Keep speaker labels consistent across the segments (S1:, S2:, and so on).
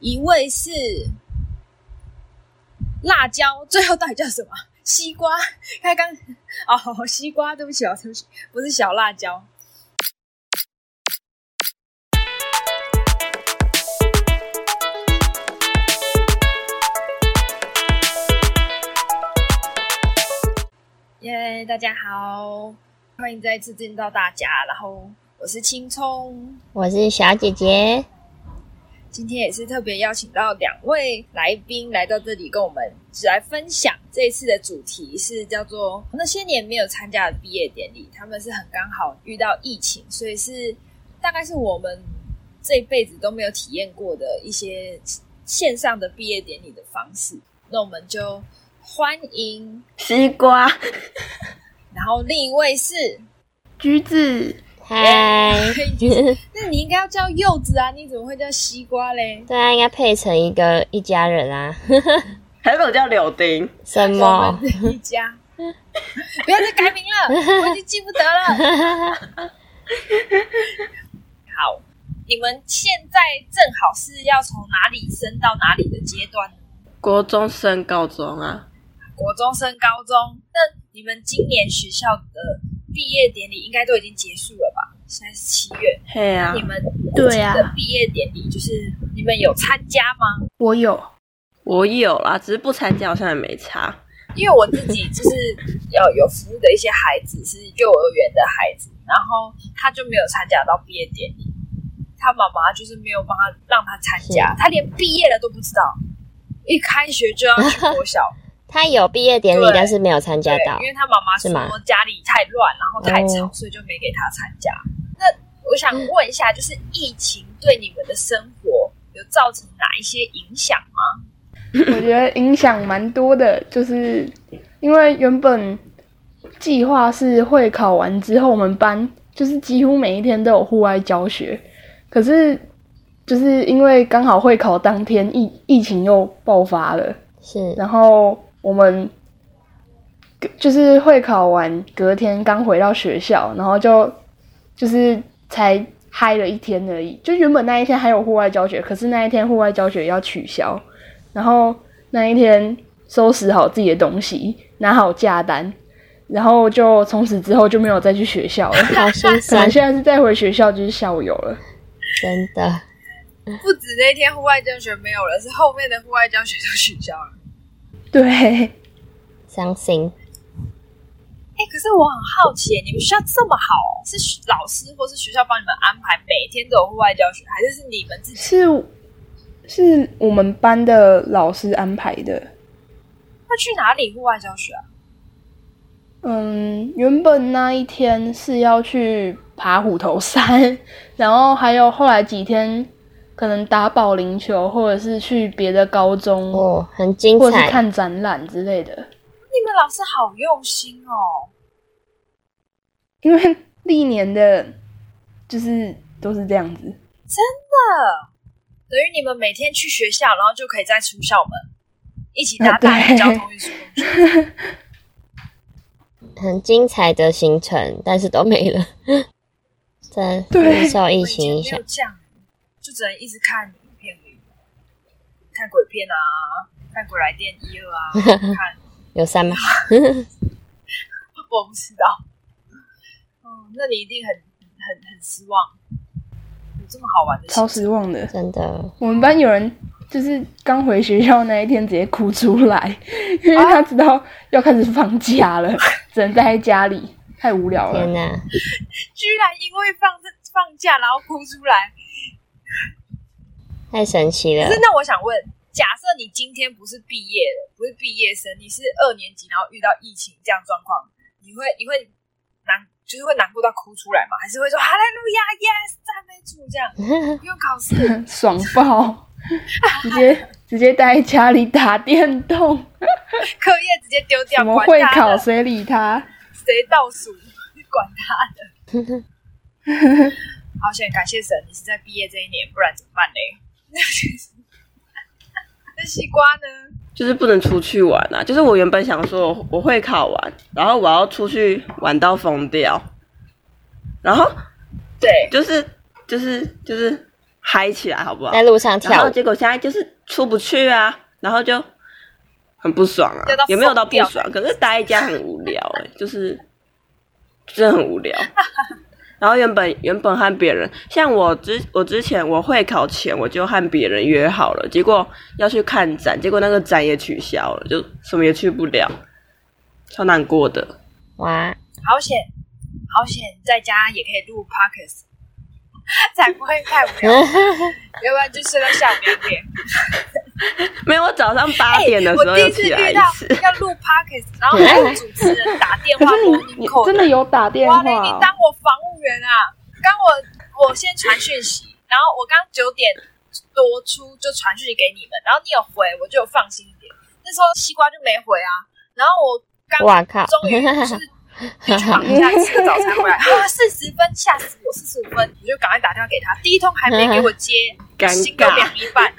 S1: 一位是辣椒，最后到底叫什么？西瓜？刚刚哦，西瓜，对不起哦，对不起，不是小辣椒。耶、大家好，欢迎再次见到大家。然后我是青葱，
S2: 我是小姐姐，
S1: 今天也是特别邀请到两位来宾来到这里，跟我们一起来分享这一次的主题是叫做“呃那些年没有参加的毕业典礼”。他们是很刚好遇到疫情，所以是大概是我们这辈子都没有体验过的一些线上的毕业典礼的方式。那我们就欢迎，
S3: 西瓜、
S1: 然后另一位是，
S3: 橘子，
S2: 嗨，
S1: 那你应该要叫柚子啊，你怎么会叫西瓜嘞？
S2: 大家啊应该配成一个一家人啊？
S3: 还有叫柳丁，
S2: 什
S1: 我
S2: 么？
S1: 们的一家， 不要再改名 了，我已经记不得了。 好，你们现在正好是要从哪里升到哪里的阶段呢？
S3: 国中升高中啊，
S1: 国中升高中，那你们今年学校的毕业典礼应该都已经结束了吧？现在是七月，
S3: 嘿啊
S1: 你，们
S4: 对啊
S1: 的毕业典礼就是你们有参加吗？
S4: 我有，
S3: 我有啦，只是不参加好像也没差。
S1: 因为我自己就是要有服务的一些孩子是幼儿园的孩子，然后他就没有参加到毕业典礼，他妈妈就是没有帮他让他参加，他连毕业了都不知道，一开学就要去国 小，
S2: 他有毕业典礼
S1: 对，
S2: 但是没有参加
S1: 对
S2: 到，
S1: 因。为他妈妈
S2: 啊是吗
S1: 说家里太乱，然后太吵，
S2: 哦
S1: 所以就没给他参加。那我想问一下，就是疫情对你们的生活有造成哪一些影响吗？
S4: 我觉得影响蛮多的，就是因为原本计划是会考完之后，我们班就是几乎每一天都有户外教学，可是就是因为刚好会考当天疫疫情又爆发了，
S2: 是
S4: 然后我们隔就是会考完隔天刚回到学校，然后就就是才嗨了一天而已。就原本那一天还有户外教学，可是那一天户外教学要取消，然后那一天收拾好自己的东西，拿好假单，然后就从此之后就没有再去学校了。
S2: 好心
S4: 可
S2: 酸
S4: 能，现在是再回学校就是校友了。
S2: 真的。
S1: 不止那一天户外教学没有了，是后面的户外教学都取消了。
S4: 对，
S2: 伤心，
S1: 哎、可是我很好奇，你们学校这么好，哦是学老师或是学校帮你们安排每天都有户外教学，还是是你们自己？
S4: 是是我们班的老师安排的。
S1: 那去哪里户外教学啊？
S4: 嗯，原本那一天是要去爬虎头山， 然后还有后来几天可能打保龄球，或者是去别的高中，
S2: 哦，很精
S4: 或者是
S2: 彩。
S4: 看展览之类的。
S1: 你们老师好用心哦。
S4: 因为历年的，就是都是这样子。
S1: 那等于你们每天去学校，然后就可以再出校门，一起搭
S4: 啊对
S1: 大众交通运输工具。
S2: 很精彩的行程，但是都没了。 真
S4: 对
S2: 受疫
S1: 我以前
S2: 情
S1: 没
S2: 影响
S1: 有，这样，就只能一直看影片而已，看鬼片啊，看鬼来电一二啊，看
S2: 有三吗？
S1: 我不知道。嗯，那你一定很很很失望，有这么好玩的事
S4: 超失望的。
S2: 真的，
S4: 我们班有人就是刚回学校那一天直接哭出来，因
S2: 啊
S4: 为他知道要开始放假了， 只能待在家里，太无聊了
S2: 天。哪！
S1: 居然因为放放假然后哭出来。
S2: 太神奇了
S1: 可。是那我想问，假设你今天不是毕业了，不是毕业生，你是二年级，然后遇到疫情这样状况，你会你会难，就是会难过到哭出来吗？还是会说哈利路亚，yes，赞美主这样？不用考试，
S4: 爽爆，直接直接待在家里打电动，
S1: 课业直接丢掉，
S4: 怎么
S1: 管
S4: 会
S1: 他
S4: 考
S1: 的
S4: 谁理他？
S1: 谁倒数，管他的。 好险，感谢神，你是在毕业这一年，不然怎么办嘞？ 那西瓜呢？
S3: 就是不能出去玩啊！就是我原本想说我我会考完，然后我要出去玩到疯掉，然后
S1: 对，
S3: 就是就是就是嗨起来，好不好？
S2: 在路上
S3: 然
S2: 跳
S3: 后
S2: 舞，
S3: 结果现在就是出不去啊，然后就很不爽啊
S1: 就到，
S3: 也没有到
S1: 疯
S3: 不
S1: 掉
S3: 爽，可是待在家很无聊哎、就是真的很无聊。 然后原本原本和别人，像我之我之前我会考前我就和别人约好了，结果要去看展，结果那个展也取消了，就什么也去不了，超难过的。
S2: 哇，
S1: 好险，好险，在家也可以录 podcast，才不会太无聊，
S3: 哦
S1: 要不然就睡到下午两点。
S3: 没有，我早上 八点的时
S1: 哎我
S3: 候
S1: 第
S3: 又
S1: 一次
S3: 起
S1: 遇
S3: 来一
S1: 到
S3: 次，
S1: 要录 podcast，然后还有主持人打电 话
S4: 可是
S1: 给
S4: 你
S1: 你
S4: 你
S1: 扣，
S4: 真的有打电
S1: 哇
S4: 话
S1: 嘞，你
S4: 哦、
S1: 当我防务员啊？刚我我先传讯息，然后我刚九点多出就传讯息给你们，然后你有回，我就有放心一点。那时候西瓜就没回啊，然后我刚
S2: 哇靠！
S1: 终于就是。去忙一下，吃个早餐回来啊，四十分吓死我，四十五分，我就赶快打电话给他，第一通还没给我接，
S3: 尴
S1: 心都
S3: 尬
S1: 凉。一半。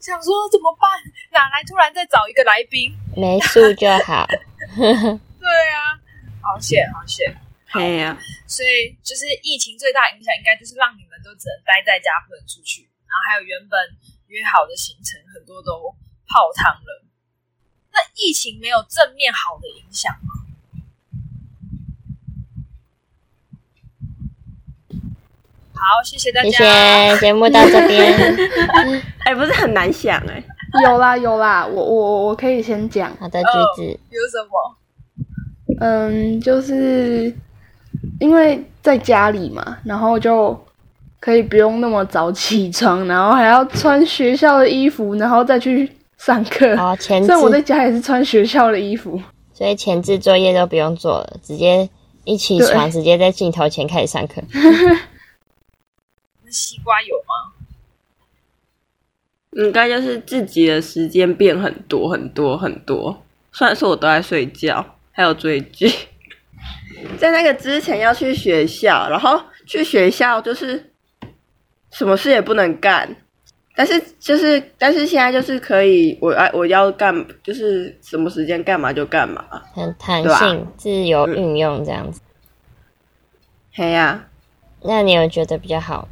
S1: 想说怎么办？哪来突然再找一个来宾？
S2: 没数就好。
S1: 对啊，好险好险！
S3: 哎呀、
S1: 所以就是疫情最大的影响，应该就是让你们都只能待在家，不能出去。然后还有原本约好的行程，很多都泡汤了。那疫情没有正面好的影响吗？好，谢谢大家。
S2: 谢谢，节目到这边。
S3: 哎、不是很难想哎、
S4: 有啦有啦，我我我我可以先讲，
S2: 好的，橘子，
S1: 有什么？
S4: 嗯，就是因为在家里嘛，然后就可以不用那么早起床，然后还要穿学校的衣服，然后再去上 课。
S2: 好哦前
S4: 虽
S2: 置
S4: 然，我在家也是穿学校的衣服，
S2: 所以前置作业都不用做了，直接一起床，直接在镜头前开始上课。
S1: 那西瓜有吗？
S3: 应该就是自己的时间变很多很多很多。虽然说我都在睡觉，还有追剧。 在那个之前要去学校，然后去学校就是什么事也不能干，但是就是但是现在就是可以，我爱我要干就是什么时间干嘛就干嘛。
S2: 很弹
S3: 对啊
S2: 性、自由运用这样子。
S3: 嘿呀、
S2: 那你有觉得比较好，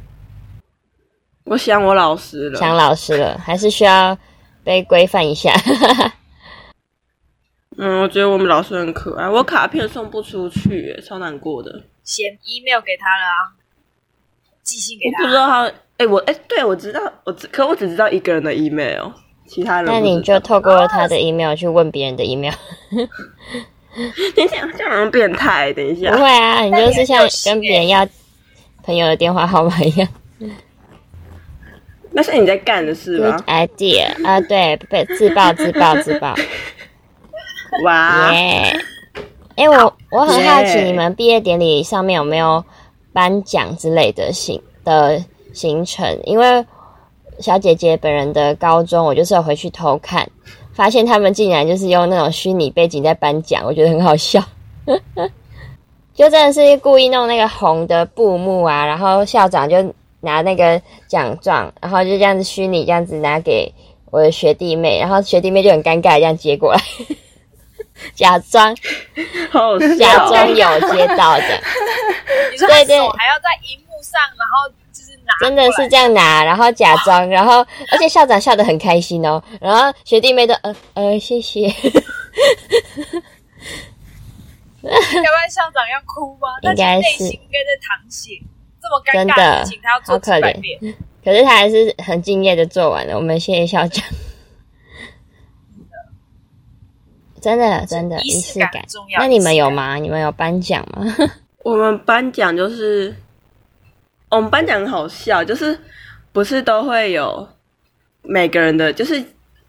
S3: 我想我老师了，
S2: 想老师了，还是需要被规范一下？
S3: 嗯，我觉得我们老师很可爱，我卡片送不出去耶，超难过的。
S1: 写 email 给他了啊，寄信给
S3: 我不 知
S1: 他。
S3: 道他，哎、我哎、对我知道，我只可我只知道一个人的 email，其他人
S2: 那你
S3: 不知道
S2: 就透过他的 email 去问别人的 email，
S3: 等一下，这样好像变态。等一
S2: 不
S3: 下，
S2: 会啊，你就是像
S1: 那也很有趣
S2: 跟别人要朋友的电话号码一样。
S3: 那是你在干的事
S2: Good
S3: 吗？
S2: idea 啊，对，被自爆自爆自爆，耶！
S3: 哇
S2: 哎，我我很好奇
S3: 耶
S2: 你们毕业典礼上面有没有颁奖之类的行的行程？因为小姐姐本人的高中，我就是有回去偷看，发现他们竟然就是用那种虚拟背景在颁奖，我觉得很好笑。 就真的是故意弄那个红的布幕啊，然后校长就拿那个奖状，然后就这样子虚拟这样子拿给我的学弟妹，然后学弟妹就很尴尬地这样接过来， 假装
S3: 好好
S2: 假
S3: 笑
S2: 装
S3: 哦。
S2: 有接到 的，
S1: 你说他
S2: 对对
S1: 手还要在荧幕上，然后就是拿
S2: 真的
S1: 过来
S2: 是这样拿，然后假装，然后而且校长笑得很开心哦，然后学弟妹都呃呃谢谢，
S1: 要不然校长要哭吗？
S2: 应该
S1: 但
S2: 是
S1: 内心应该在淌血。这么尴尬的事情，他要做几百遍。
S2: 可是他还是很敬业的做完了，我们谢谢 校长。真的真的
S1: 仪
S2: 仪
S1: 式
S2: 式
S1: 感
S2: 感
S1: 很重，要
S2: 那你们
S1: 仪式
S2: 有
S1: 感
S2: 吗？你们有颁奖吗？
S3: 我们颁奖就是，我们颁奖很好笑，就是不是都会有每个人的就是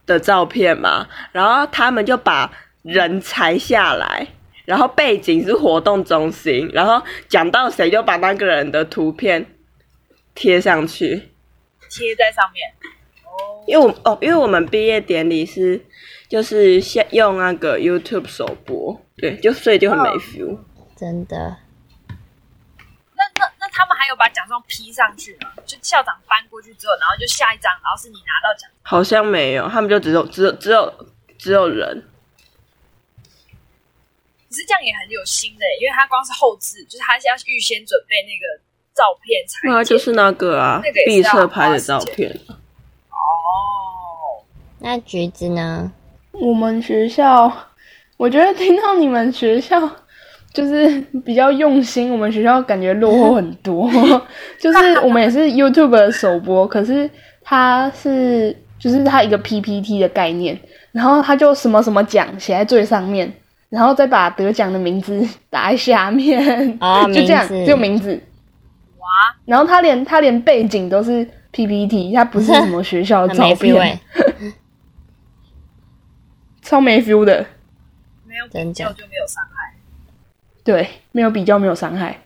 S3: 的照片嘛，然后他们就把人裁下来。然后背景是活动中心，然后讲到谁就把那个人的图片贴上去，
S1: 贴在上面。哦，
S3: 因为我哦，因为我们毕业典礼是就是先用那个 YouTube 首播，对，就所以就很没
S1: 哦
S3: feel。
S2: 真的，
S1: 那那那他们还有把奖状 P 上去吗？就校长搬过去之后，然后就下一张，然后是你拿到奖。
S3: 好像没有，他们就只有只有只有只有人，
S1: 可是这样也很有心的、因为他光是后置，就是他是要预先准备那个照片才
S3: 那
S1: 剪
S3: 就是那个啊，
S1: 那个也是
S3: 毕
S1: 要
S3: 设拍的照
S1: 花时间
S3: 片。
S1: 哦，
S2: 那橘子呢？
S4: 我们学校， 我觉得听到你们学校 就是比较用心，我们学校感觉落后很 多。就是我们也是 YouTube 首播，可是它是就是它一个 PPT 的概念，然后它就什么什么奖写在最上面，然后再把得奖的名字打在下面，
S2: 啊
S4: 就这样
S2: 名字
S4: 就名字。
S1: 哇，
S4: 然后它连它连背景都是 PPT，它不是什么学校的
S2: 很
S4: 照
S2: 没 feel
S4: 片，
S2: 哎、
S4: 超没 feel 的。
S1: 没有
S2: 真
S1: 比较
S2: 假
S1: 就没有伤害。
S4: 对，没有比较，没有伤害。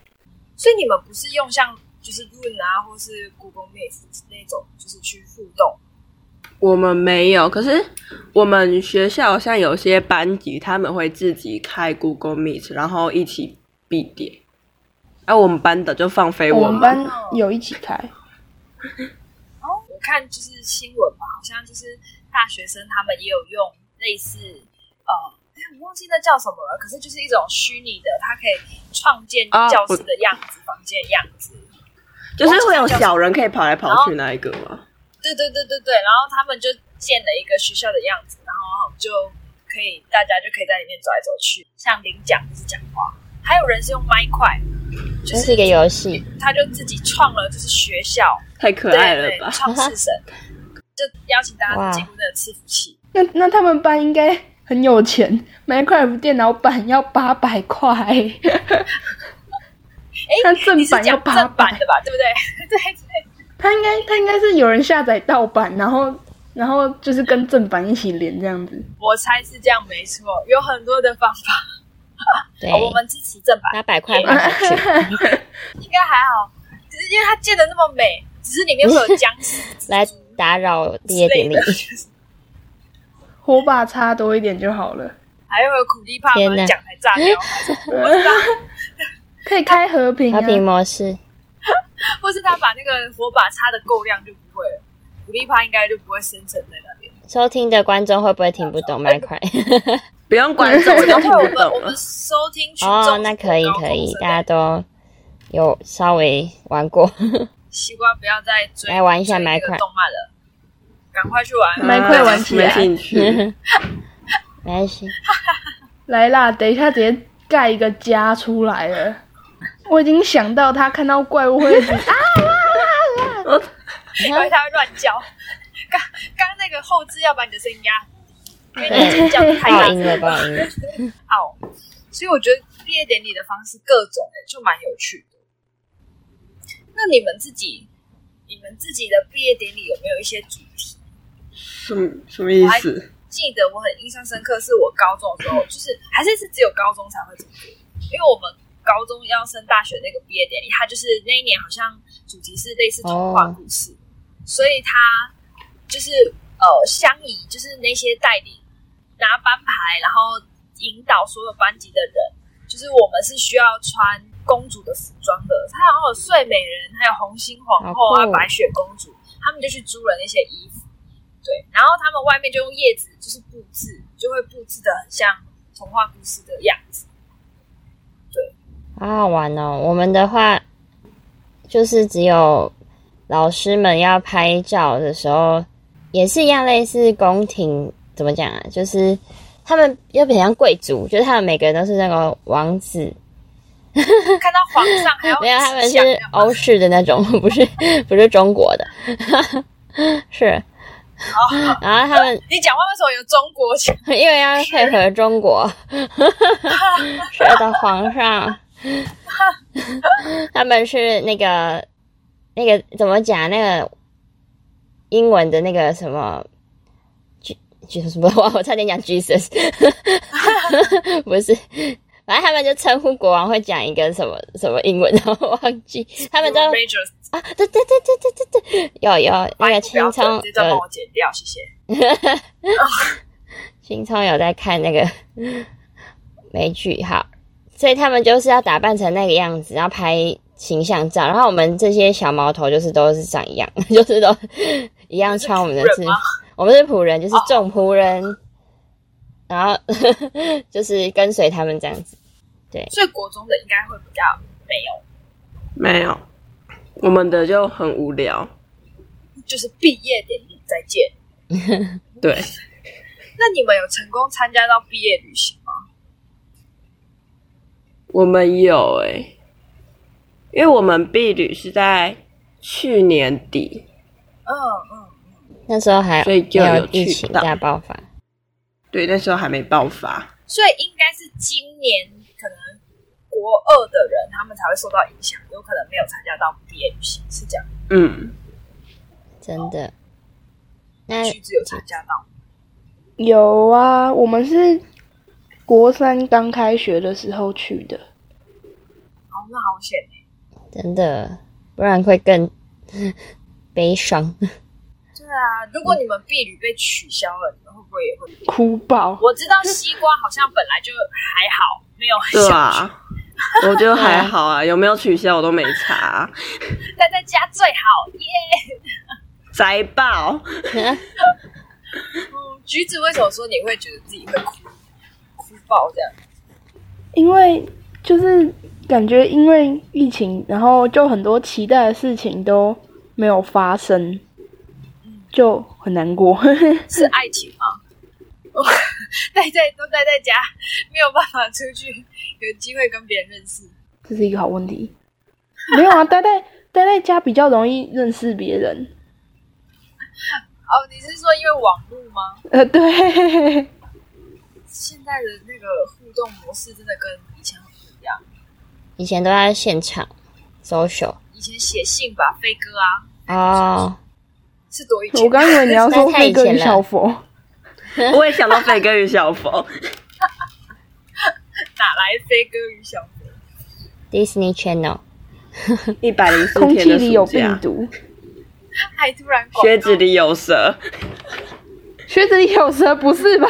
S1: 所以你们不是用像就是 Loon 啊，或是 Google Meet 那种，就是去互动
S3: 我们没有，可是我们学校好像有些班级他们会自己开 Google Meet，然后一起必点。哎、我们班的就放
S1: 哎
S3: 飞
S4: 我
S3: 们
S4: 们班有一起开，
S1: 哦，我看就是新闻嘛，好像就是大学生他们也有用类似呃，哎我忘记那叫什么了，可是就是一种虚拟的，它可以创建
S3: 啊
S1: 教
S3: 我
S1: 室的样子、房间的样子。
S3: 就是会有小人可以跑来跑去那一个吗？
S1: 对对对对对，然后他们就建了一个学校的样子，然后就可以大家就可以在里面走来走去，像领奖就是讲话，还有人是用麦块，就
S2: 这是一个游戏，
S1: 他就自己创了就是学校
S3: 太可
S1: 对
S3: 爱了
S1: 对
S3: 吧！
S1: 创世神，就邀请大家
S2: 哇
S1: 进入那个伺服器，
S4: 那那他们班应该很有钱，Minecraft 电脑版要八百块，
S1: 哎
S4: 他正
S1: 你是
S4: 版要
S1: 讲
S4: 八
S1: 正版
S4: 百，
S1: 的吧，对不对？对 对，
S4: 他应该他应该是有人下载盗版，然后然后就是跟正版一起连这样子。
S1: 我猜是这样没错，有很多的方法，
S2: 对，
S1: 我们支持正版，
S2: 八百块放出去，
S1: 应该还好，只是因为它建的那么美，只是里面会 有僵尸
S2: 来
S1: 蜘蛛
S2: 打扰毕业
S1: 之类
S2: 典礼
S1: 的。。
S4: 火把差多一点就好了，
S1: 还会有苦力怕
S2: 天哪
S1: 们讲台炸 掉，
S4: 可以开和平
S2: 和
S4: 啊。
S2: 平模式，
S1: 或是他把那个火把插的够亮就不会了，苦力怕应该就不会生成在那边。
S2: 收听的观众会不会听不 懂 Minecraft？
S3: 不用管这，我都听
S1: 我们
S3: 不
S1: 我
S3: 懂了
S1: 们。收听群众是
S2: 哦哦，那可以
S1: 高中
S2: 可以
S1: 生，
S2: 大家都有稍微玩过，
S1: 西瓜不要再追
S2: 来玩一下
S1: 追那个
S2: Minecraft
S1: 动漫了，赶快去玩。
S4: 麦块玩起来
S3: 啊没兴趣。
S2: 没关系。
S4: 来啦，等一下直接盖一个家出来了。我已经想到他看到怪物会一直啊
S3: 我
S1: 因为他会乱叫。刚刚那个后置要把你的声音压，因为你尖叫得太
S2: 爆
S1: 大
S2: 音了，爆音了！
S1: 好，所以我觉得毕业典礼的方式各种、欸，就蛮有趣的。那你们自己，你们自己的毕业典礼有没有一些主题？
S3: 什么什么意 思？
S1: 记得我很印象深刻，是我高中的时候，就是还是是只有高中才会这么做，因为我们高中要升大学那个毕业典礼，它就是那一年好像主题是类似童话故事，所以它就是呃乡仪，就是那些带领拿班牌，然后引导所有班级的人，就是我们是需要穿公主的服装的，它好像有睡美人，还有红心皇后啊、
S2: 好酷
S1: 白雪公主，他们就去租了那些衣服，对，
S2: 嗯
S1: 然后他们外面就用叶子就是布置，就会布置的很像童话故事的样子。
S2: 好好玩哦。我们的话就是只有老师们要拍照的时候，也是一样，类似宫廷怎么讲啊？就是他们又比较像贵族，就是他们每个人都是那个王子，
S1: 看到皇上还要
S2: 没有，他们
S1: 慈
S2: 是
S1: 祥这样
S2: 欧式的那种， 不是不是中国的， 是。哦然后他们
S1: 你讲话为什么有中国腔？
S2: 因为要配合中国， 是的，皇上，他们是那个那个怎么讲？那个英文的那个什么？就什么？我我差点讲 Jesus，不是，反正他们就称呼国王会讲一个什么什么英文，然后我忘记，他们都
S1: Major
S2: 啊，对对对对对对对，有有那个青葱
S1: 这段帮
S2: 有
S1: 我剪掉，谢谢。
S2: 青葱有在看那个 美剧，好，所以他们就是要打扮成那个样子，然后拍形象照。然后我们这些小毛头就是都是长一样， 就是都一样穿我们的制
S1: 你是仆人
S2: 服
S1: 吗。
S3: 哦
S2: 我们是仆人，就是众仆人。然后 就是跟随他们这样子。
S1: 所以国中的应该会比较没有，
S3: 没有，我们的就很无聊。
S1: 就是毕业典礼再见。
S3: 对，
S1: 那你们有成功参加到毕业旅行吗？
S3: 我们有哎、因为我们毕旅是在去年底，
S1: 嗯嗯，
S2: 那时候还
S3: 所以就
S2: 没
S3: 有
S2: 疫
S3: 去
S2: 情
S3: 到
S2: 大爆发，
S3: 对，那时候还没爆发。
S1: 所以应该是今年可能国二的人他们才会受到影响，有可能没有参加到毕业旅行，是这样。
S3: 嗯，
S2: 真
S3: 哦
S2: 的。那
S3: 哎
S1: 橘子有参加到，
S4: 有啊，我们是国三刚开学的时候去的，
S1: 哦，那好险欸
S2: 真的，不然会更 悲伤。
S1: 对啊，如果你们毕旅被取消了，你们会不会也会？
S4: 哭爆。
S1: 我 知道西瓜好像本来就还好，没有很
S3: 对
S1: 想去，
S3: 啊，我就还好 啊，有没有取消我都没查、
S1: 待在家最好耶。
S3: 宅爆。
S1: 嗯，橘子为什么说你会觉得自己会哭哭爆这样？
S4: 因为就是感觉因为疫情，然后就很多期待的事情都没有发生，就很难过。
S1: 是爱情吗？ 我待在都待在家，没有办法出去，有机会跟别人认识。
S4: 这是一个好问题。没有啊， 待在待在家比较容易认识别人。
S1: 哦，你是说因为网络吗？
S4: 呃，对，
S1: 现在的那个互动模式真的跟以前很不一样。
S2: 以前都在现场 social
S1: 以前写信吧，飞哥啊，
S2: 哦，
S1: 是多以前
S4: 我刚以为你要说
S2: 那太
S4: 飞
S2: 以
S4: 哥
S2: 前
S4: 与
S2: 了
S4: 小佛，
S3: 我也想到飞哥与小 佛，
S1: 哪来飞哥与小佛？
S2: Disney Channel
S3: 一百零四
S4: 空
S3: 天
S4: 气
S3: 的
S4: 里有
S3: 暑
S4: 病
S3: 假，
S4: 毒，
S1: 还突然广告
S3: 靴子里有蛇。
S4: 靴子里有蛇，不是吧？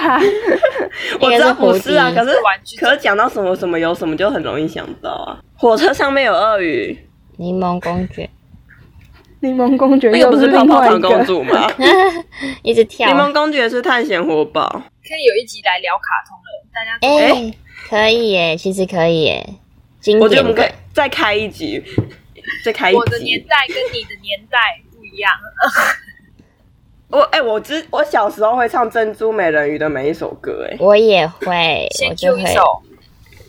S3: 我知道不是啊，
S2: 应该
S3: 可
S2: 是
S3: 是
S1: 玩具
S3: 可是讲到什么什么有什么就很容易想到啊。火车上面有鳄鱼，
S2: 柠檬公 爵，
S4: 柠檬公爵
S3: 那个
S4: 又
S3: 不是泡
S4: 另
S3: 泡
S4: 外一
S3: 糖公
S4: 个，
S3: 主 吗？
S2: 一直跳
S3: 柠。檬公爵是探险活宝，
S1: 可以有一集来聊卡通了，大家
S2: 哎、
S3: 哎
S2: 可以耶，其实可以耶，经
S3: 我觉得
S2: 典
S3: 我们可以
S2: 的
S3: 再开 一集，再开一
S1: 我的年
S3: 集。
S1: 代跟你的年代不一样，
S3: 我哎、我知我小时候会唱《珍珠美人鱼》的每一首歌、哎，
S2: 我也会，我
S1: 先
S2: 就
S1: Q 一
S2: 会。
S1: 首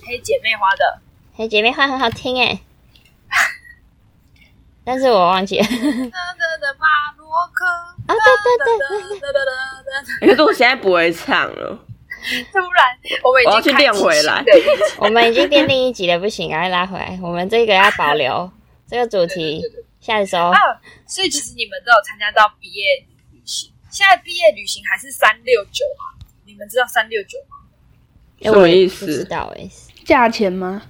S1: 黑姐妹花的，
S2: 嘿，姐妹花很好听 哎，但是我忘 记了。
S1: 哒哒哒巴洛克，
S2: 啊，对对对，
S1: 哒哒哒哒哒
S3: 哎可是我现在不会唱了。
S1: 突然我们已
S3: 我要
S1: 经
S3: 去
S1: 开启
S3: 练回
S1: 新
S3: 来
S1: 的一集
S2: 我们已经变另一集了，不行，赶快拉回来。我们这个要保留这个主题，下一周
S1: 啊，所以其实你们都有参加到毕业旅行。现在毕业旅行还是三六九吗？你们知道三六九吗？
S2: 哎
S3: 什么
S2: 我也
S3: 意
S2: 不知
S3: 思？
S2: 道哎，
S4: 价钱吗？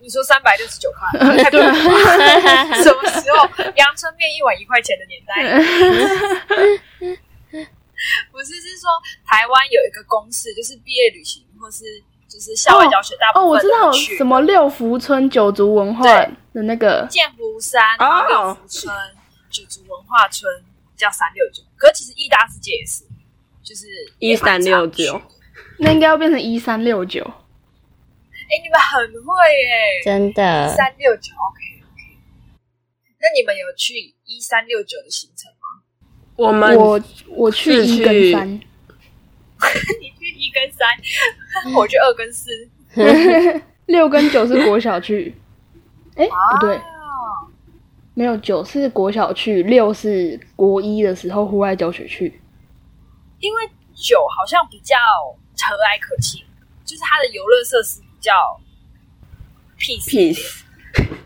S1: 你说三百六十九块，太贵了吧什么时候阳春面一碗一块钱的年代？不是，是说台湾有一个公式，就是毕业旅行或是就是校外教学，大部
S4: 哦，我
S1: 分
S4: 知道
S1: 都去
S4: 什么六福村九族文化
S1: 对
S4: 的那个，
S1: 剑湖山、
S3: 哦
S1: 六福村、九族文化村叫三六九，可是其实义大世界也是，就是
S3: 一三六九，
S4: 那应该要变成一三六九。
S1: 哎、你们很会耶、
S2: 真的
S1: 三六九 OK OK。那你们有去一三六九的行程吗？
S3: 我们
S4: 我我去
S3: 是
S4: 一
S3: 去
S4: 跟三，
S1: 你去一跟三，我去二跟四。
S4: 六跟九是国 小去，哎、不对，
S1: 哦，
S4: 没有九是国小去，六是国一的时候户外教学去。
S1: 因为九好像比较和蔼可亲，就是它的游乐设施比较 peace。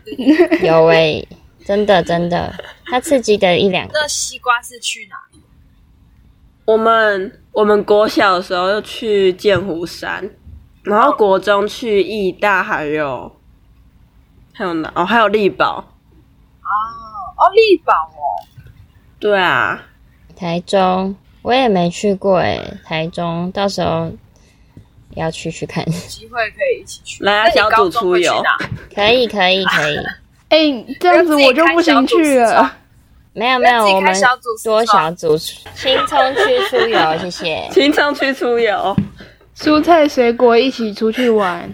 S3: peace
S2: 有哎，真的真的，它刺激的一两个
S1: 那西瓜是去哪？
S3: 我们我们国小的时候又去剑湖山，然后国中去义大，还有还有哪？哦，还有力宝。
S1: 哦，哦，力宝哦，
S3: 对啊，
S2: 台中，我也没去过哎，台中到时候要去去看，
S1: 有机会可以一起去。
S3: 来啊
S1: 那你
S3: 小
S1: 高
S3: 组
S1: 中
S3: 出
S1: 会去
S3: 游
S1: 哪
S2: 可以可以可以，
S4: 哎、这样子我就不行去
S3: 啊
S1: 不要自己开小组
S2: 没有
S4: 了。
S2: 没有，
S1: 自己
S2: 我
S1: 开
S2: 们
S1: 小组啊是
S2: 多
S1: 吗
S2: 小组青葱区出游， 谢谢，
S3: 青藏去出游，
S4: 蔬菜水果一起出去玩，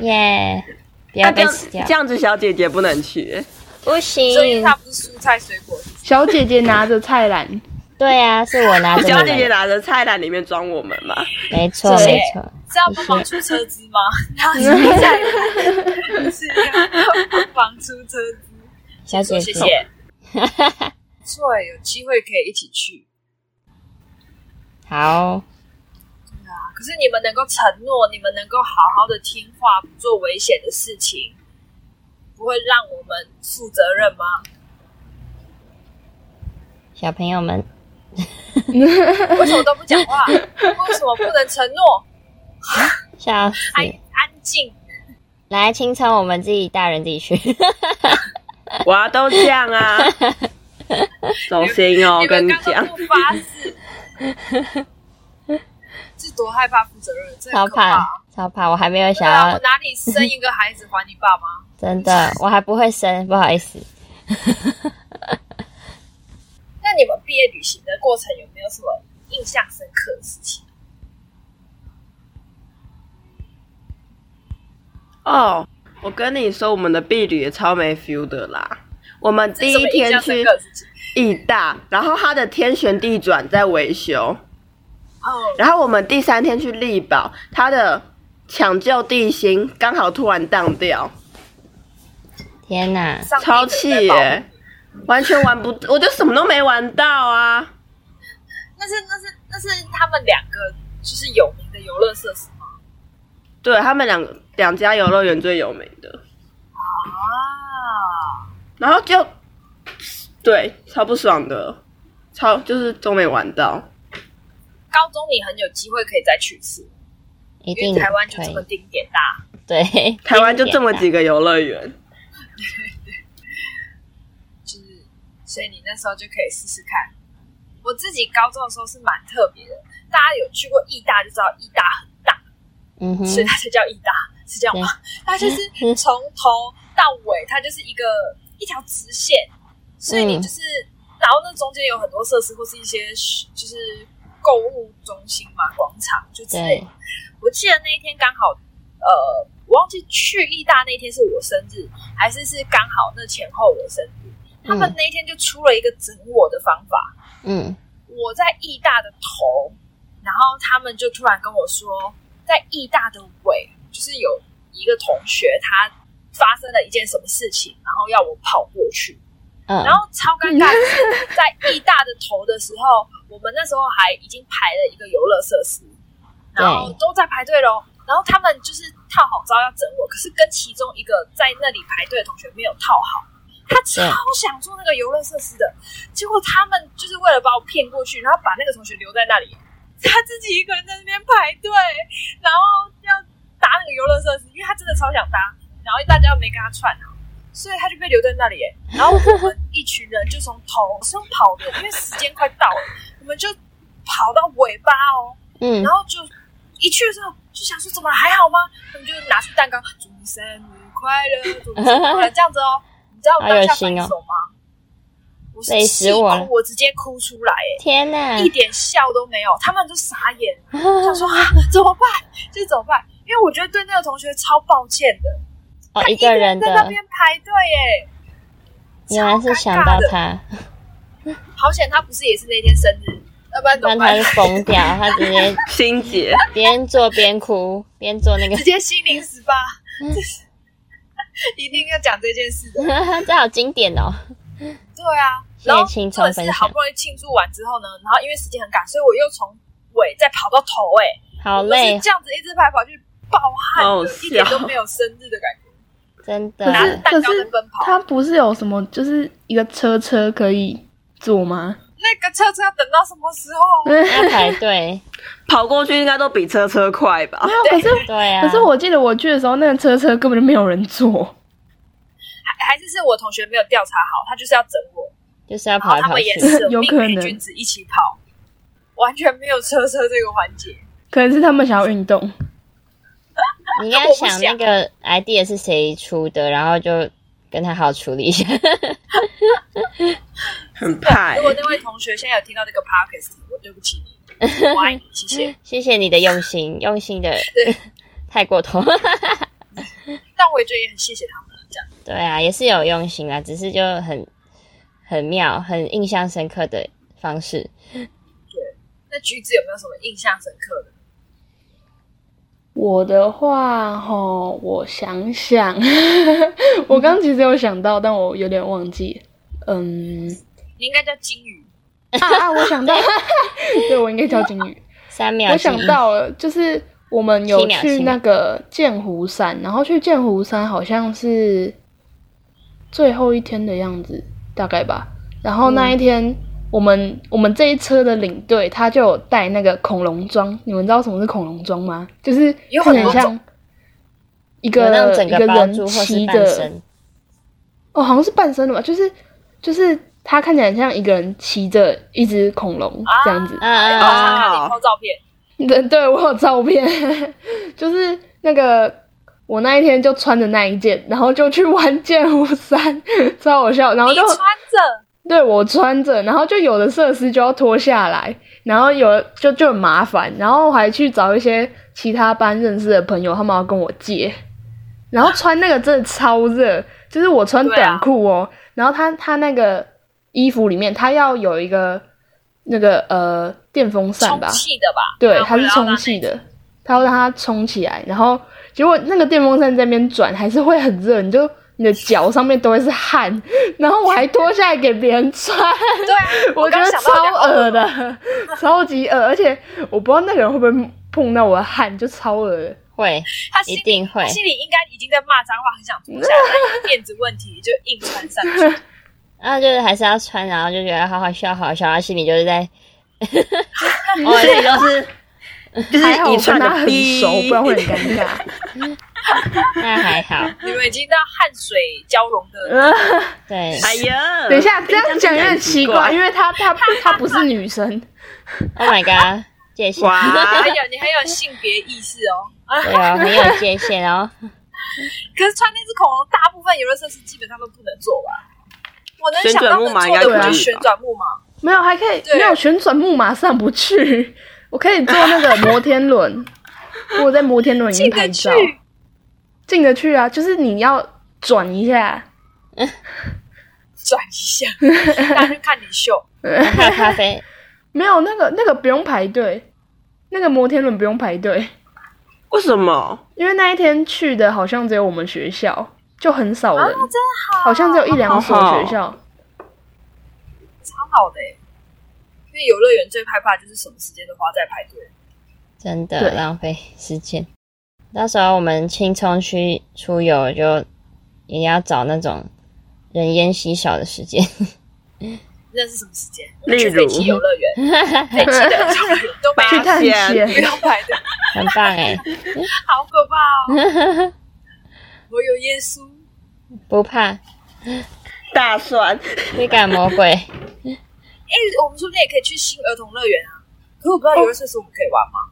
S2: 耶、不
S3: 那
S1: 啊
S2: 要
S3: 这
S2: 被
S3: 样
S2: 吃掉
S3: 这，样子小姐姐不能去，
S2: 不
S1: 所以
S2: 行，
S1: 它不是蔬菜水果，
S4: 小姐姐拿着菜篮，
S2: 对啊，是我拿着
S3: 小
S2: 你们
S3: 姐
S2: 的，
S3: 姐拿着菜篮里面装我们嘛。
S2: 没错
S1: 姐姐
S2: 没错，
S1: 是要帮忙出车资吗？然后蔬菜是要帮忙出车资，
S2: 小姐
S1: 谢
S2: 姐，
S1: 谢。不错欸，有机会可以一起去。
S2: 好，
S1: 可是你们能够承诺，你们能够好好的听话，不做危险的事情，不会让我们负责任吗？
S2: 小朋友们，
S1: 为什么都不讲话？为什么不能承诺？
S2: 笑死，
S1: 安安静，
S2: 来青葱，我们自己大人自己 去，
S3: 哇，都这样啊！走心哦，
S1: 你
S3: 我跟
S1: 们
S3: 你
S1: 刚
S3: 讲
S1: 刚，不发誓， 是多害怕负责任，这
S2: 超
S1: 很可怕啊。
S2: 怕超怕，我还没有
S1: 对
S2: 想
S1: 啊，我
S2: 要，
S1: 哪里生一个孩子还你爸 妈？
S2: 真的，我还不会生，不好意思。
S1: 那你们毕业旅行的过程有没有什么印象深刻的事情？
S3: 哦，我跟你说，我们的婢女也超没 feel 的啦。我们
S1: 这
S3: 第
S1: 是什
S3: 一
S1: 么印
S3: 天
S1: 象深
S3: 去
S1: 刻的事情？
S3: 义大，然后它的天旋地转在维修，
S1: 哦，
S3: 然后我们第三天去力宝，它的抢救地心刚好突然荡掉，
S2: 天哪，
S1: 上帝
S3: 超
S1: 可能
S3: 气
S1: 在
S3: 耶、
S1: 保护
S3: 完全玩不，我就什么都没玩到啊！
S1: 那是那是那是他们两个就是有名的游乐设施吗？
S3: 对他们两两家游乐园最有名的，
S1: 啊，
S3: 然后就对超不爽的，超就是都没玩到。
S1: 高中你很有机会可以再去一次，
S2: 一
S1: 因
S2: 定
S1: 为台湾就
S2: 可
S1: 这
S2: 以
S1: 么丁点大。
S2: 对，
S3: 台湾就这么
S2: 经典
S3: 几个游乐园，
S1: 就是，所以你那时候就可以试试看。我自己高中的时候是蛮特别的，大家有去过义大就知道义大很大，
S2: 的，嗯哼，
S1: 所以它才叫义大，是这样吗？它就是从头到尾，它就是一个一条直线，所以你就是，然后那中间有很多设施或是一些就是购物中心嘛、广场就之类的
S2: 对，
S1: 我记得那一天刚好，呃，我忘记去义大那天是我生日，还是是刚好那前后我生日。他们那一天就出了一个整我的方法，
S2: 嗯，
S1: 我在义大的头，然后他们就突然跟我说，在义大的尾，就是有一个同学他发生了一件什么事情，然后要我跑过去，
S2: 嗯，
S1: 然后超尴尬的是，在义大的头的时候，我们那时候还已经排了一个游乐设施，然后
S2: 对
S1: 都在排队喽。然后他们就是套好招要整我，可是跟其中一个在那里排队的同学没有套好，他超想做那个游乐设施的，结果他们就是为了把我骗过去，然后把那个同学留在那里，他自己一个人在那边排队，然后要搭那个游乐设施，因为他真的超想搭，然后大家又没跟他串啊，所以他就被留在那里耶。然后我们一群人就从头是用跑的，因为时间快到了，我们就跑到尾巴哦，
S2: 嗯
S1: 然，后就一去的时候就想说怎么还好吗？他们就拿出蛋糕，祝你生日快乐，祝你生日 快乐，这样子哦。你知道我当下反应是什么吗？我是
S2: 哦累
S1: 气
S2: 死我了嗯
S1: 哭，我直接哭出来，哎，
S2: 天哪
S1: 一，点笑都没有，他们都傻 眼，想说啊怎么办？这怎么办？因为我觉得对那个同学超抱歉的，
S2: 哦，
S1: 他
S2: 一个人
S1: 人在那
S2: 的，
S1: 边排队欸耶。
S2: 原来是想到
S1: 超尴
S2: 他，
S1: 尬的，好险他不是也是那天生日，要不然
S2: 不
S1: 怎么办
S2: 然他就？疯掉，他 直接
S3: 心结。
S2: 边做边哭，边做那个
S1: 直，接心灵十 八
S2: 嗯，
S1: 一定要讲这件事的。
S2: 这好经典哦，
S1: 对啊，
S2: 谢谢
S1: 然后
S2: 青
S1: 重
S2: 葱
S1: 点
S2: 分
S1: 是
S2: 享
S1: 好不容易庆祝完之后呢，然后因为时间很赶，所以我又从尾再跑到头、欸，
S2: 好
S1: 我就是
S2: 累，
S1: 这样子一直跑来跑去，暴汗，
S3: 好
S1: 一点
S3: 笑
S1: 都没有生日的感觉，
S2: 哦真
S1: 拿着
S2: 的，
S1: 蛋糕
S4: 可是
S1: 在奔跑。
S4: 它不是有什么就是一个车车可以坐吗？
S1: 那个车车要等到什么时候？
S2: 要排队，
S3: 跑过去应该都比车车快吧？
S4: 没有，可是
S2: 对 啊，
S4: 可是我记得我去的时候，那个车车根本就没有人坐。
S1: 还还是是我同学没有调查好，他就是要整我，
S2: 就是要
S1: 然后
S2: 跑来
S1: 他
S2: 跑
S1: 们也
S2: 去，
S1: 是
S4: 有可能
S1: 命美君子一起跑，完全没有车车这个环节。
S4: 可能是他们想要运动，
S2: 你应该想那个 idea 是谁出的，然后就跟他好好处理一下，
S3: 很怕、欸
S1: 如。果那位同学现在有听到这个 podcast，我对不起你，我爱你，谢 谢。
S2: 谢谢你的用心，用心的
S1: 对，
S2: 太过头。
S1: 但我也觉得也很谢谢他们这样。
S2: 对啊，也是有用心啦，只是就很很妙、很印象深刻的方式。
S1: 那橘子有没有什么印象深刻的？
S4: 我的话，吼，我想想， 我刚其实有想到，但我有点忘记。嗯，
S1: 你应该叫金鱼，
S4: 啊啊，我想到， 对我应该叫金鱼。
S2: 三秒
S4: 我
S2: 记忆，
S4: 想到了，就是我们有
S2: 七秒
S4: 去
S2: 七秒
S4: 那个剑湖山，然后去剑湖山好像是最后一天的样子，大概吧。然后那一天，
S2: 嗯
S4: 我们我们这一车的领队他就有带那个恐龙装，你们知道什么是恐龙装吗？就是
S1: 有
S4: 看
S1: 很
S4: 起
S1: 多种
S4: 来像一
S2: 有那种
S4: 个
S2: 整
S4: 一个
S2: 包
S4: 人
S2: 住或是
S4: 骑
S2: 半
S4: 着
S2: 身，
S4: 哦，好像是半身的吧，就是就是他看起来很像一个人骑着一只恐龙这样子。
S2: 嗯嗯
S1: 我
S2: 嗯，
S4: 啊
S1: 想看你偷照片，
S4: 对，对我有照片，就是那个我那一天就穿着那一件，然后就去玩剑湖山，超好笑。然后
S1: 你
S4: 就
S1: 穿着，
S4: 对我穿着，然后就有的设施就要脱下来，然后有的就就很麻烦，然后我还去找一些其他班认识的朋友，他们要跟我借，然后穿那个真的超热，就是我穿
S1: 对啊
S4: 短裤哦，然后他他那个衣服里面他要有一个那个呃电风扇
S1: 充
S4: 吧，
S1: 气的吧？
S4: 对，
S1: 然后
S4: 它
S1: 为
S4: 是
S1: 了要
S4: 充
S1: 让
S4: 气的，它要让它充起来，然后结果那个电风扇在那边转，还是会很热，你就你的脚上面都会是汗，然后我还脱下来给别人穿，
S1: 那。对啊，
S4: 我觉
S1: 刚
S4: 得
S1: 想到哦
S4: 超
S1: 两个
S4: 恶的， 超级恶，而且我不知道那个人会不会碰到我的汗，就超恶的。
S2: 会
S1: 他心
S2: 一
S1: 里
S2: 定会
S1: 他，心里应该已经在骂脏话，很想脱下来，但是面子问题就硬穿上去。
S2: 然后啊就是还是要穿，然后就觉得好好笑，好好笑，然后心里就是在，哦我
S3: 所以就是就是
S4: 还好
S3: 你
S4: 我
S3: 穿的
S4: 跟他很熟，不然会很尴尬。
S2: 那还好，
S1: 你们已经到汗水交融 的，
S4: 啊
S2: 对，
S3: 哎呀，
S4: 等一下，这样讲有点奇怪，因
S3: 为
S4: 为她她她不是女生，
S2: Oh my god，界限，
S1: 还
S3: 哇，
S1: 有你还有性别意识哦。
S2: 对哦，很有界限哦。
S1: 可是穿那只恐龙，大部分游乐设施基本上都不能做吧？我能想
S3: 旋转
S1: 到
S3: 木
S1: 能
S3: 马
S1: 做
S3: 应该
S1: 的，我
S4: 可
S1: 就
S4: 以
S3: 吧
S1: 旋转木马。
S4: 没有还可以
S1: 对
S4: 没有旋转木马上不去，我可以坐那个摩天轮，我在摩天轮里
S1: 进
S4: 面拍
S1: 得
S4: 照
S1: 去，，
S4: 进得去啊，就是你要转一下，
S1: 转一下，大家就看你秀。
S2: 还有咖啡，
S4: 没有那个那个不用排队，那个摩天轮不用排队，
S3: 为什么？
S4: 因为那一天去的好像只有我们学校，就很少人，
S1: 真
S4: 好像只有一两所
S3: 好好
S4: 学校。
S1: 超好的欸，因为游乐园最害怕就是什么时间都花在排队。
S2: 真
S4: 对
S2: 的浪费时间。到时候我们青葱区出游就也要找那种人烟稀少的时间，
S1: 那是什么时间？我
S3: 例
S1: 去
S3: 如
S1: 北极游乐园， 北极的游乐园都没
S4: 去
S1: 有
S4: 探
S3: 发现
S1: 不
S4: 险，
S1: 用排队，
S2: 很棒哎，
S1: 好可怕哦！我有耶稣，哎
S2: 不怕
S3: 大蒜，
S2: 追赶魔鬼，
S1: 哎，我们说不定也可以去新儿童乐园啊。可我不知道游乐设施我们可以玩吗？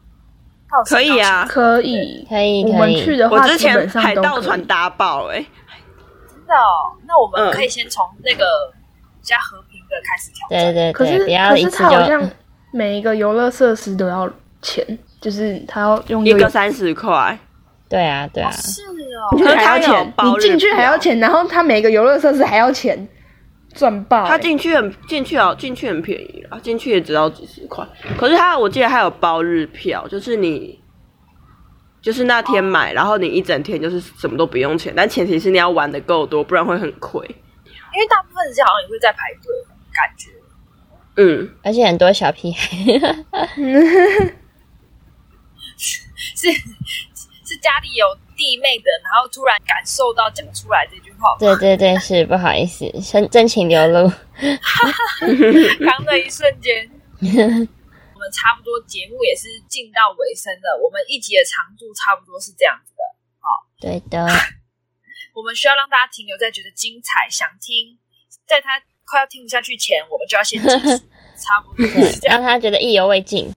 S1: 它有
S3: 可以啊！
S4: 可以。
S2: 可以
S4: 我
S2: 可
S4: 们
S2: 以
S4: 去，的
S3: 我
S4: 话，
S3: 之
S4: 基本
S3: 前
S4: 上
S3: 海
S4: 都
S3: 盗
S4: 可
S3: 船
S4: 以。
S3: 打爆哎、
S1: 上真的哦。那我们
S3: 嗯
S1: 可以先从那个比较和平的开始挑战。
S2: 对对
S4: 可是
S2: 对，不要
S4: 可
S2: 一
S4: 是
S2: 次
S4: 它好
S2: 就嗯
S4: 像每一个游乐设施都要钱，就是它要用
S3: 一
S4: 悠游
S3: 个三十块，
S2: 对啊对啊
S1: 哦，是
S4: 你
S1: 哦，
S3: 还要钱包
S4: 你进去
S3: 日
S4: 还要
S3: 票
S4: 钱，然后他每个游乐设施还要钱，赚爆欸、
S3: 他进去很进去哦，进去很便宜啊，进去也只要几十块。可是他我记得还有包日票，就是你就是那天买，然后你一整天就是什么都不用钱，但前提是你要玩的够多，不然会很亏。
S1: 因为大部分人家好像也会在排队，感觉。
S3: 嗯，
S2: 而且很多小屁孩，
S1: 是是家里有弟妹的，然后突然感受到讲出来这句 话，
S2: 对对对，是不好意思，真真情流露，
S1: 刚的一瞬间。我们差不多节目也是进到尾声了，我们一集的长度差不多是这样子的。
S2: 对 的，
S1: 我们需要让大家停留在觉得精彩、想听，在他快要听不下去前，我们就要先结束，差不多
S2: 对
S1: 是，这样。
S2: 让他觉得意犹未尽。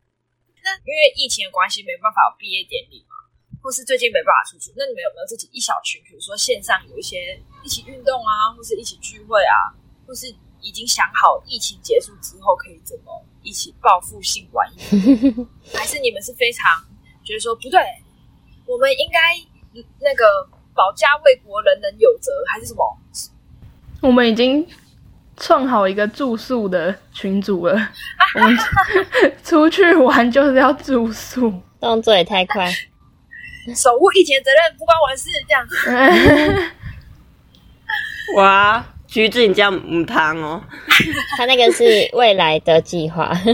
S1: 那因为疫情的关系，没办法有毕业典礼嘛，或是最近没办法出去，那你们有没有自己一小群，比如说线上有一些一起运动啊，或是一起聚会啊，或是已经想好疫情结束之后可以怎么一起报复性玩一年，还是你们是非常觉得说不对，我们应该那个保家卫国，人人有责，还是什么？
S4: 我们已经创好一个住宿的群组了，我们 出去玩就是要住 宿。
S2: 动作也太快，
S1: 守护疫情的责任不关我的事，这样。
S3: 哇，橘子你这样母汤哦，
S2: 他那个是未来的计划，
S1: 对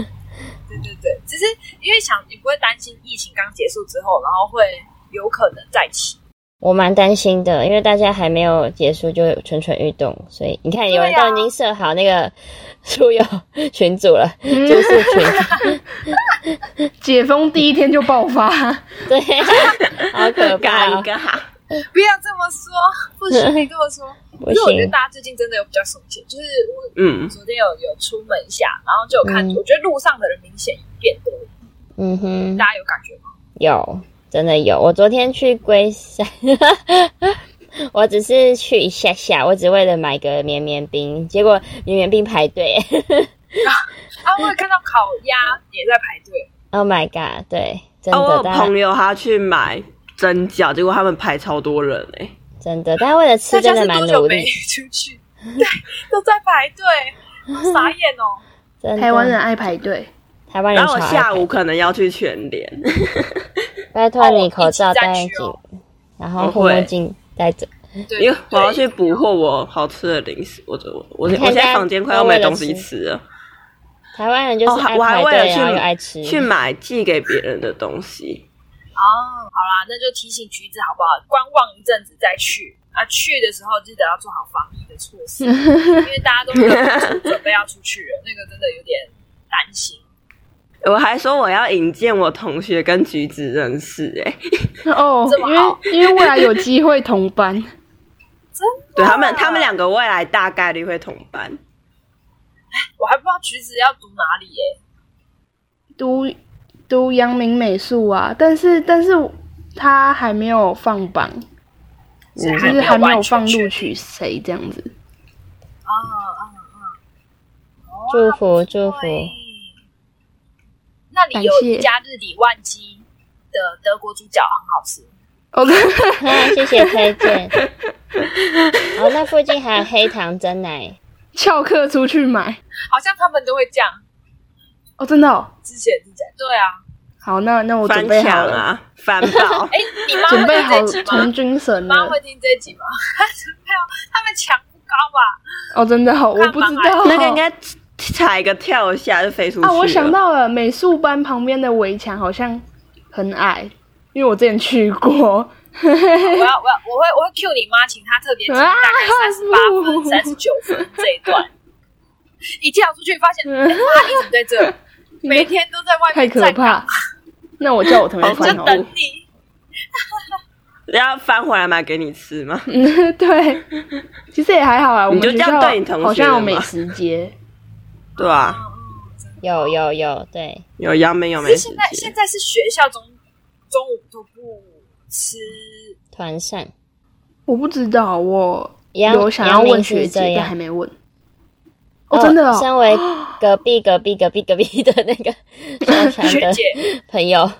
S1: 对对，只是因为想你不会担心疫情刚结束之后，然后会有可能再起。
S2: 我蛮担心的，因为大家还没有结束就蠢蠢欲动，所以你看有人
S1: 对啊
S2: 都已经设好那个书友群组了， 就是群组，
S4: 解封第一天就爆 发，
S2: 对，好可怕、
S3: 尴
S2: 哦，
S3: 尬。
S1: 不要这么说，不行，你这么说。
S2: 不
S1: 因为我觉得
S2: 行，
S1: 大家最近真的有比较松懈，就是我
S3: 嗯，
S1: 昨天有有出门一下，然后就有看，
S2: 嗯
S1: 我觉得路上的人明显变多，
S2: 嗯哼，
S1: 大家有感觉吗？
S2: 有，真的有。我昨天去龟山，我只是去一下下，我只为了买个绵绵冰，结果绵绵冰排队。嗯
S1: 啊，我也看到烤鸭也在排队，
S2: oh my god！对，真
S3: 啊，我
S2: 的，
S3: 有
S2: 大家
S3: 朋友他去买蒸饺，结果他们排超多人哎、
S2: 真的，大家为了吃
S1: 大家
S2: 真的
S1: 是
S2: 蛮
S1: 多久
S2: 努
S1: 没
S2: 力，
S1: 出去？ 对，都在排 队，好傻眼哦。
S2: 真的。
S4: 台湾人，啊爱排队，
S2: 台湾人
S3: 然
S2: 超
S3: 后
S2: 爱
S3: 我
S2: 排队。
S3: 下午可能要去全联，
S2: 拜托你口罩
S1: 一起再
S2: 戴
S1: 去
S2: 紧
S1: 哦，
S2: 然后
S3: 我
S2: 护目
S3: 会
S2: 镜戴着。
S1: 对，
S3: 因为我要去
S1: 对
S3: 补货我好吃的零食，我我我我
S2: 你看
S3: 现
S2: 大
S3: 在
S2: 家
S3: 房间快要
S2: 都为
S3: 没
S2: 了
S3: 东西
S2: 吃
S3: 吃了。
S2: 台湾人就是
S3: 哦还
S2: 爱
S3: 我还
S2: 排
S3: 为了
S2: 队，
S3: 去
S2: 然后又爱吃。
S3: 去买寄给别人的东西。
S1: 哦，好啦，那就提醒橘子好不好？观望一阵子再去啊。去的时候记得要做好防疫的措 施，因为大家都没有准备要出去了，那个真的有点担心。
S3: 我还说我要引荐我同学跟橘子认识、欸，哎，
S4: 哦
S1: 这，么
S4: 因为因为未来有机会同班，
S3: 对他
S1: 哦
S4: 啊
S3: 们，他们两个未来大概率会同班。
S1: 我还不知道橘子要读哪里耶、
S4: 读读阳明美术啊，但是但是他还没有放榜，
S1: 所以
S4: 就是还
S1: 还
S4: 没
S1: 完
S4: 有
S1: 全
S4: 放
S1: 确
S4: 录
S1: 定
S4: 取谁这样子。
S1: 啊啊啊！
S2: 祝福
S1: 祝
S2: 祝福，
S1: 那里有
S4: 感谢
S1: 一家日理万机的德国猪脚很好吃，
S4: OK，
S2: 哈， 谢谢推荐。哦，那附近还有黑糖蒸奶，
S4: 翘课出去买
S1: 好像他们都会这样。
S4: 哦，真的、哦。
S1: 之前是这样，对啊。
S4: 好，那那我
S3: 翻
S4: 准备好
S3: 墙
S4: 了，
S3: 啊，翻宝
S1: 哎，你妈
S4: 准
S1: 会
S4: 备
S1: 听这
S4: 好
S1: 一集
S4: 从
S1: 吗？
S4: 军绳
S1: 你
S4: 了
S1: 妈。会听这一集吗？ 没有，他们强不高吧？
S4: 哦，真的好、哦，
S1: 看
S4: 我不知
S1: 妈妈
S4: 道。
S3: 那个应该踩一个跳一下就飞出去
S4: 啊，我
S3: 了
S4: 想到了，美术班旁边的围墙好像很矮，因为我之前去过。
S1: 我 要，我要，我会，我会 Q 你妈，请她特别听大概
S4: 啊
S1: 三十八分、
S4: 不
S1: 三十九分这一段。一跳出去发现，哎妈一直在 这，每天都在哦外
S4: 嗯太
S1: 面
S4: 可
S1: 站岗，
S4: 怕。那我叫我同学
S1: 就
S4: 翻好
S1: 等你。
S3: 要翻回来买给你吃吗？
S4: 嗯， 对，其实也还好啊。我
S3: 你就
S4: 们学
S3: 这样
S4: 校
S3: 对你同学
S4: 好像有
S3: 了
S4: 美
S3: 嘛
S4: 食街，
S3: 对啊，
S2: 有有有，对，
S3: 有杨梅有
S1: 可
S3: 梅
S1: 是
S3: 子
S1: 现在现在是学校中中午都不吃，
S2: 团扇。
S4: 我不知道，我
S2: 阳
S4: 有想要
S2: 阳明
S4: 问
S2: 是
S4: 学
S2: 这
S4: 姐，但
S2: 样
S4: 还没问。哦，真的哦，
S2: 身为隔壁隔壁隔壁隔壁的那个双
S1: 学
S2: 传的
S1: 姐
S2: 朋友，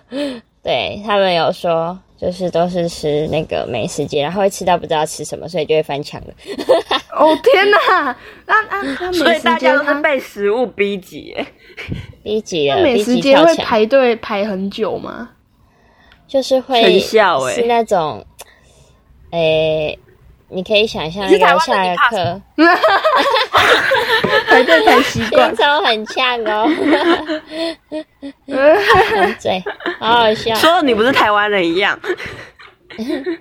S2: 对他们有说，就是都是吃那个美食街，然后会吃到不知道吃什么，所以就会翻墙了。
S4: 哦天哪，那那 那
S3: 所
S4: 美
S3: 以
S4: 食
S3: 大
S4: 街
S3: 家都是
S4: 它
S3: 被食物逼急、欸，
S2: 第一集了，
S4: 美
S2: 第一
S4: 食
S2: 集
S4: 街
S2: 跳
S4: 会
S2: 墙，
S4: 排队排很久吗？
S2: 就是会
S3: 全校欸
S2: 是那种，诶、你可以想象
S1: 你
S2: 那
S1: 是台
S2: 个
S1: 湾人你
S2: 下
S1: 怕什
S2: 课，
S4: 排队排习惯
S2: 平，常很呛哦，
S4: 呃
S2: 对，啊好好笑，
S3: 说你不是台湾人一样。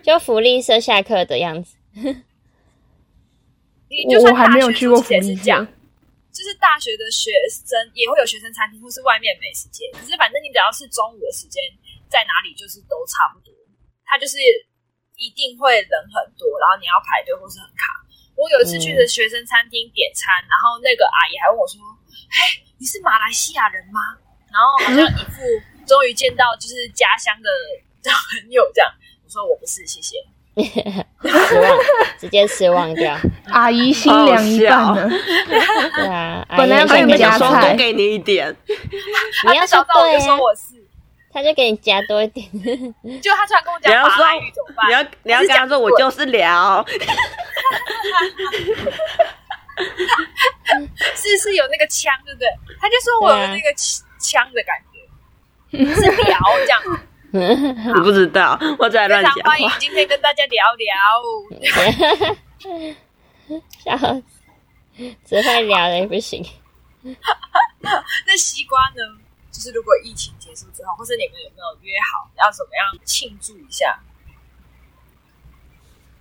S2: 就福利社下课的样子。
S1: 你就算
S4: 我还
S1: 大
S4: 没
S1: 学
S4: 有
S1: 的
S4: 去
S1: 时
S4: 过
S1: 候
S4: 福
S1: 其实也
S4: 利
S1: 是这样
S4: 酱，，
S1: 就是大学的学生也会有学生餐厅或是外面美食街，可是反正你只要是中午的时间，在哪里就是都差不多，它就是一定会人很多，然后你要排队或是很卡。我有一次
S2: 嗯
S1: 去的学生餐厅点餐，然后那个阿姨还问我说：“嘿，你是马来西亚人吗？”然后好像一副 终于见到就是家乡的的朋友这样。我说我不是，谢谢。
S2: 失望，直接失望掉。
S4: 阿姨心凉一半了，
S2: 对啊，阿
S4: 本来
S2: 姨
S4: 要
S2: 想跟
S4: 跟你
S2: 你
S4: 夹
S3: 说
S2: 说，
S4: 菜
S3: 多给你一点，
S2: 你要
S1: 他
S2: 说
S1: 找到我
S2: 对
S1: 就说
S2: 啊，
S1: 我是，
S2: 他就给你夹多一点。
S1: 就他突然跟我讲
S3: 你要
S1: 法
S3: 说
S1: 拉语怎么办？
S3: 你要你要跟他说我就是 聊，
S1: 是是有那个腔，对不对？他就说我
S3: 啊
S1: 有那个腔的感觉，是聊这样。
S3: 我不知道，我
S1: 非
S3: 在乱
S1: 常
S3: 讲
S1: 欢迎
S3: 话。嗯
S1: 今天跟大家聊聊，
S2: 笑死，只会聊的不行。
S1: 那西瓜呢？就是如果疫情结束之后，或者你们有没有约好要怎么样庆祝一下？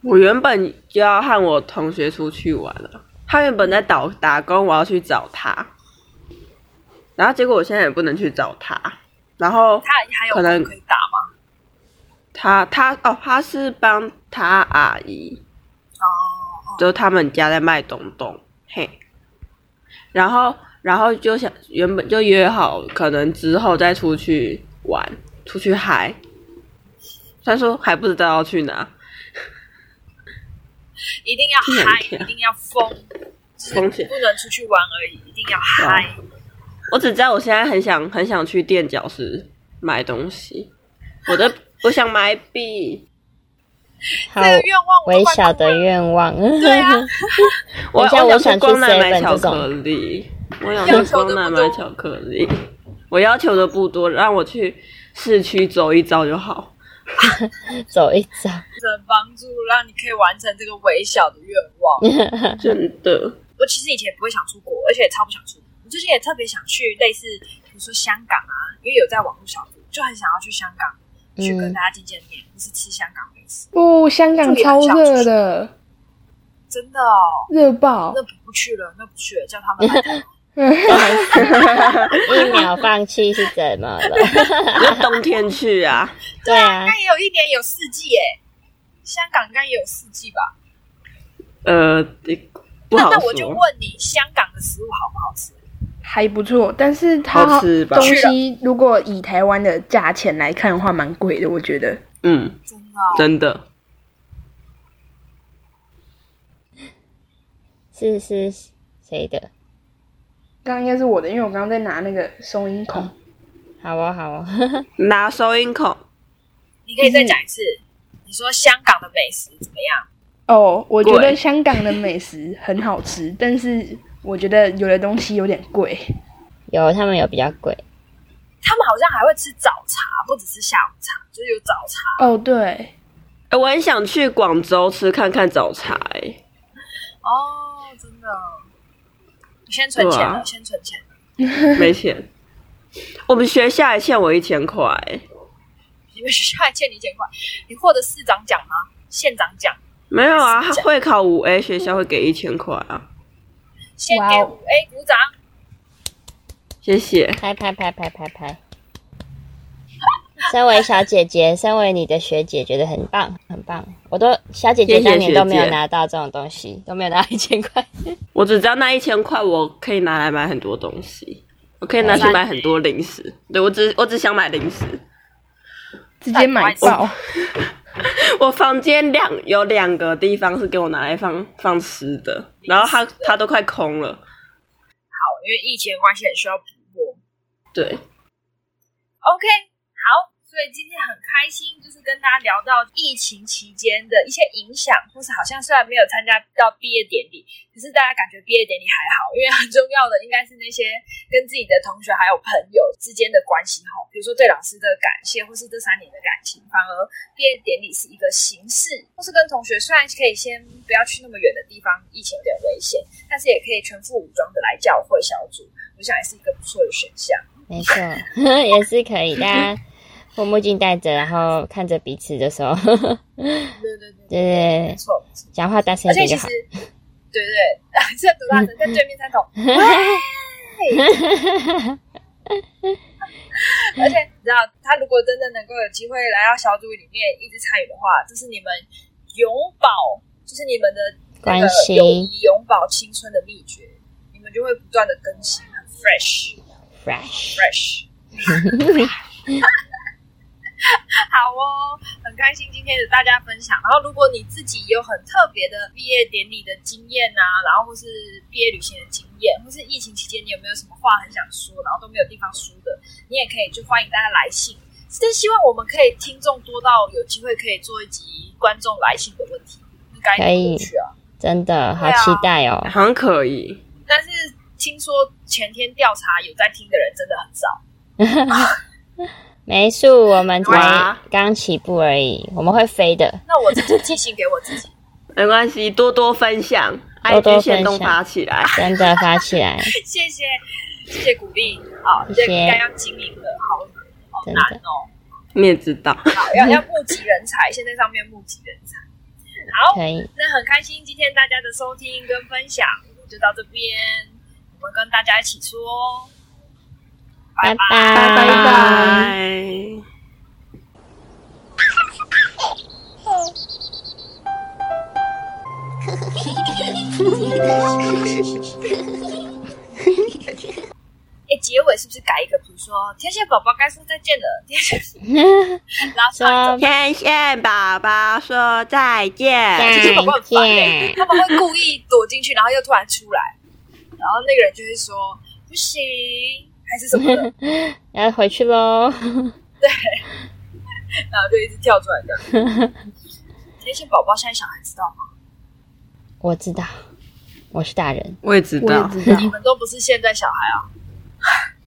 S3: 我原本就要和我同学出去玩了，他原本在打打工，我要去找他，然后结果我现在也不能去找他，然后
S1: 他还有
S3: 可能
S1: 空可以打吗？
S3: 他他哦，他是帮他阿姨，
S1: 哦，
S3: 就是他们家在卖东东，嘿，然后然后就想原本就约好，可能之后再出去玩，出去嗨，他说还不知道要去哪，
S1: 一定要嗨，
S3: 天啊
S1: 一定要疯，
S3: 风险。
S1: 不能出去玩而已，一定要嗨。
S3: 我只知道我现在很想很想去垫脚石买东西，我的我想买笔，
S2: 好
S1: 这，个愿望我都
S2: 微
S1: 快
S2: 小
S1: 忘
S2: 的
S1: 了
S2: 愿望。
S1: 对啊，
S3: 我
S2: 等一下我想
S3: 想
S2: 去
S3: 去光南买
S2: 7-Eleven
S3: 巧
S2: 这种
S3: 克力，我
S1: 要
S3: 想去
S1: 求的
S3: 光
S1: 不
S3: 南
S1: 多
S3: 买巧克力。我要求的不多，让我去市区走一遭 就好。
S2: 走一走，
S1: 能帮助让你可以完成这个微小的愿望。
S3: 真 的，
S1: 我其实以前不会想出国，而且也超不想出国。我最近也特别想去类似，比如说香港啊，因为有在网络小组，就很想要去香港去跟
S2: 嗯
S1: 大家见见面，就是吃香港美食。
S4: 不、哦香港超热的，
S1: 真的哦，
S4: 热爆
S1: 那！不去了，那不去了，叫他们来。
S2: 一秒放弃是怎么了？
S3: 那冬天去啊，
S2: 对啊
S1: 应，该也有一年有四季耶，香港应该也有四季吧？
S3: 呃，不
S1: 那
S3: 好
S1: 那我就
S3: 说。
S1: 问你，香港的食物好不好吃？
S4: 还不错，但是它
S3: 好吃吧
S4: 东西如果以台湾的价钱来看的话，蛮贵的，我觉得。
S3: 嗯，
S1: 真的哦、
S3: 真的，
S2: 是是谁的？
S4: 刚刚应该是我的，因为我刚刚在拿那个收音孔。
S2: 好哦，好哦，
S3: 拿收音孔，
S1: 你可以
S3: 嗯
S1: 再讲一次，你说香港的美食怎么样？
S4: 哦，我觉得
S3: 贵
S4: 香港的美食很好吃，但是我觉得有的东西有点贵。
S2: 有他们有比较贵，
S1: 他们好像还会吃早茶，不只是下午茶，就是有早茶。
S4: 哦，对，
S3: 哎我很想去广州吃看看早茶、哎
S1: 哦，真的，你先存钱了，
S3: 对啊
S1: 先存钱了。
S3: 没钱。我们学校还欠我一千块、哎
S1: 你们学校还欠你一千块，你获得市长奖吗？县长奖，
S3: 没有啊，会考五 A 学校会给一千块啊，
S1: 先
S4: 哇
S1: 给
S4: 哦
S1: 五 A 鼓掌。
S3: 谢谢。
S2: 拍拍拍拍拍拍。身为小姐姐，身为你的学姐，觉得很棒，很棒。我都小姐姐
S3: 谢谢
S2: 当年都没有
S3: 学姐
S2: 拿到这种东西，都没有拿到一千块。
S3: 我只知道那一千块，我可以拿来买很多东西，我可以拿去买很多零食。对我只我只想买零食。
S4: 直接买
S3: 哦
S4: 爆。
S3: 我房间两有两个地方是给我拿来放放吃的，然后它它都快空了。
S1: 好，因为疫情的关系很需要补货。
S3: 对，
S1: OK，好，所以今天很开心，就是跟大家聊到疫情期间的一些影响，或是好像虽然没有参加到毕业典礼，可是大家感觉毕业典礼还好，因为很重要的应该是那些跟自己的同学还有朋友之间的关系哈，比如说对老师的感谢，或是这三年的感情，反而毕业典礼是一个形式，或是跟同学虽然可以先不要去那么远的地方，疫情有点危险，但是也可以全副武装的来教会小组，我想也是一个不错的选项。
S2: 没错， 也是可以。大家护目镜戴着，然后看着彼此的时候，
S1: 对对对，
S2: 就是
S1: 没错。没错
S2: 讲话大声
S1: 而
S2: 一
S1: 且
S2: 点
S1: 其实
S2: 就好。，
S1: 对对， 这读大声跟对面 三筒，而且你知道，他如果真的能够有机会来到小组里面一直参与的话，这是你们永葆，就是你们的那个
S2: 关系
S1: 友谊永葆青春的秘诀，你们就会不断的更新，很 fresh
S2: Fresh，
S1: fresh。好哦，很开心今天的大家分享。然后，如果你自己有很特别的毕业典礼的经验啊，然后或是毕业旅行的经验，或是疫情期间你有没有什么话很想说，然后都没有地方说的，你也可以就欢迎大家来信。真希望我们可以听众多到有机会可以做一集观众来信的问题，应该
S2: 可以
S1: 有趣啊。
S2: 真的好
S1: 对啊
S2: 期待哦！
S3: 好像可以。
S1: 但是听说前天调查有在听的人真的很少。
S2: 美术我们才
S3: 哇
S2: 刚起步而已，我们会飞的。
S1: 那我自己寄信给我自己。
S3: 没关系，多多分享
S2: 多多分享
S3: ，IG 先动发起来。
S2: 真的发起来，
S1: 谢谢，谢谢鼓励，好，
S2: 谢
S1: 这
S2: 谢
S1: 个应该要经营的，好好
S2: 真的
S1: 难哦，
S3: 你也知 道，
S1: 好要要募集人才，现在上面募集人才。好，
S2: 可以，
S1: 那很开心今天大家的收听跟分享，我们就到这边，我们跟大家一起说哦。
S2: 拜
S4: 拜拜
S3: 拜。
S1: 哎，结尾是不是改一个？比如说，天线宝宝该说再见了，天 线，然后唱一首
S2: 说
S3: 天线宝宝说再见，
S1: 这些宝宝很烦
S2: 再
S1: 欸
S2: 见
S1: 他们会故意躲进去，然后又突然出来，然后那个人就会说不行，还是什么的，
S2: 要回去喽。
S1: 然后就一直跳出来的。天线宝宝现在小孩知道吗？
S2: 我知道，我是大人，
S3: 我也知
S4: 我也
S3: 道，
S4: 知道
S1: 你，们都不是现在小孩啊，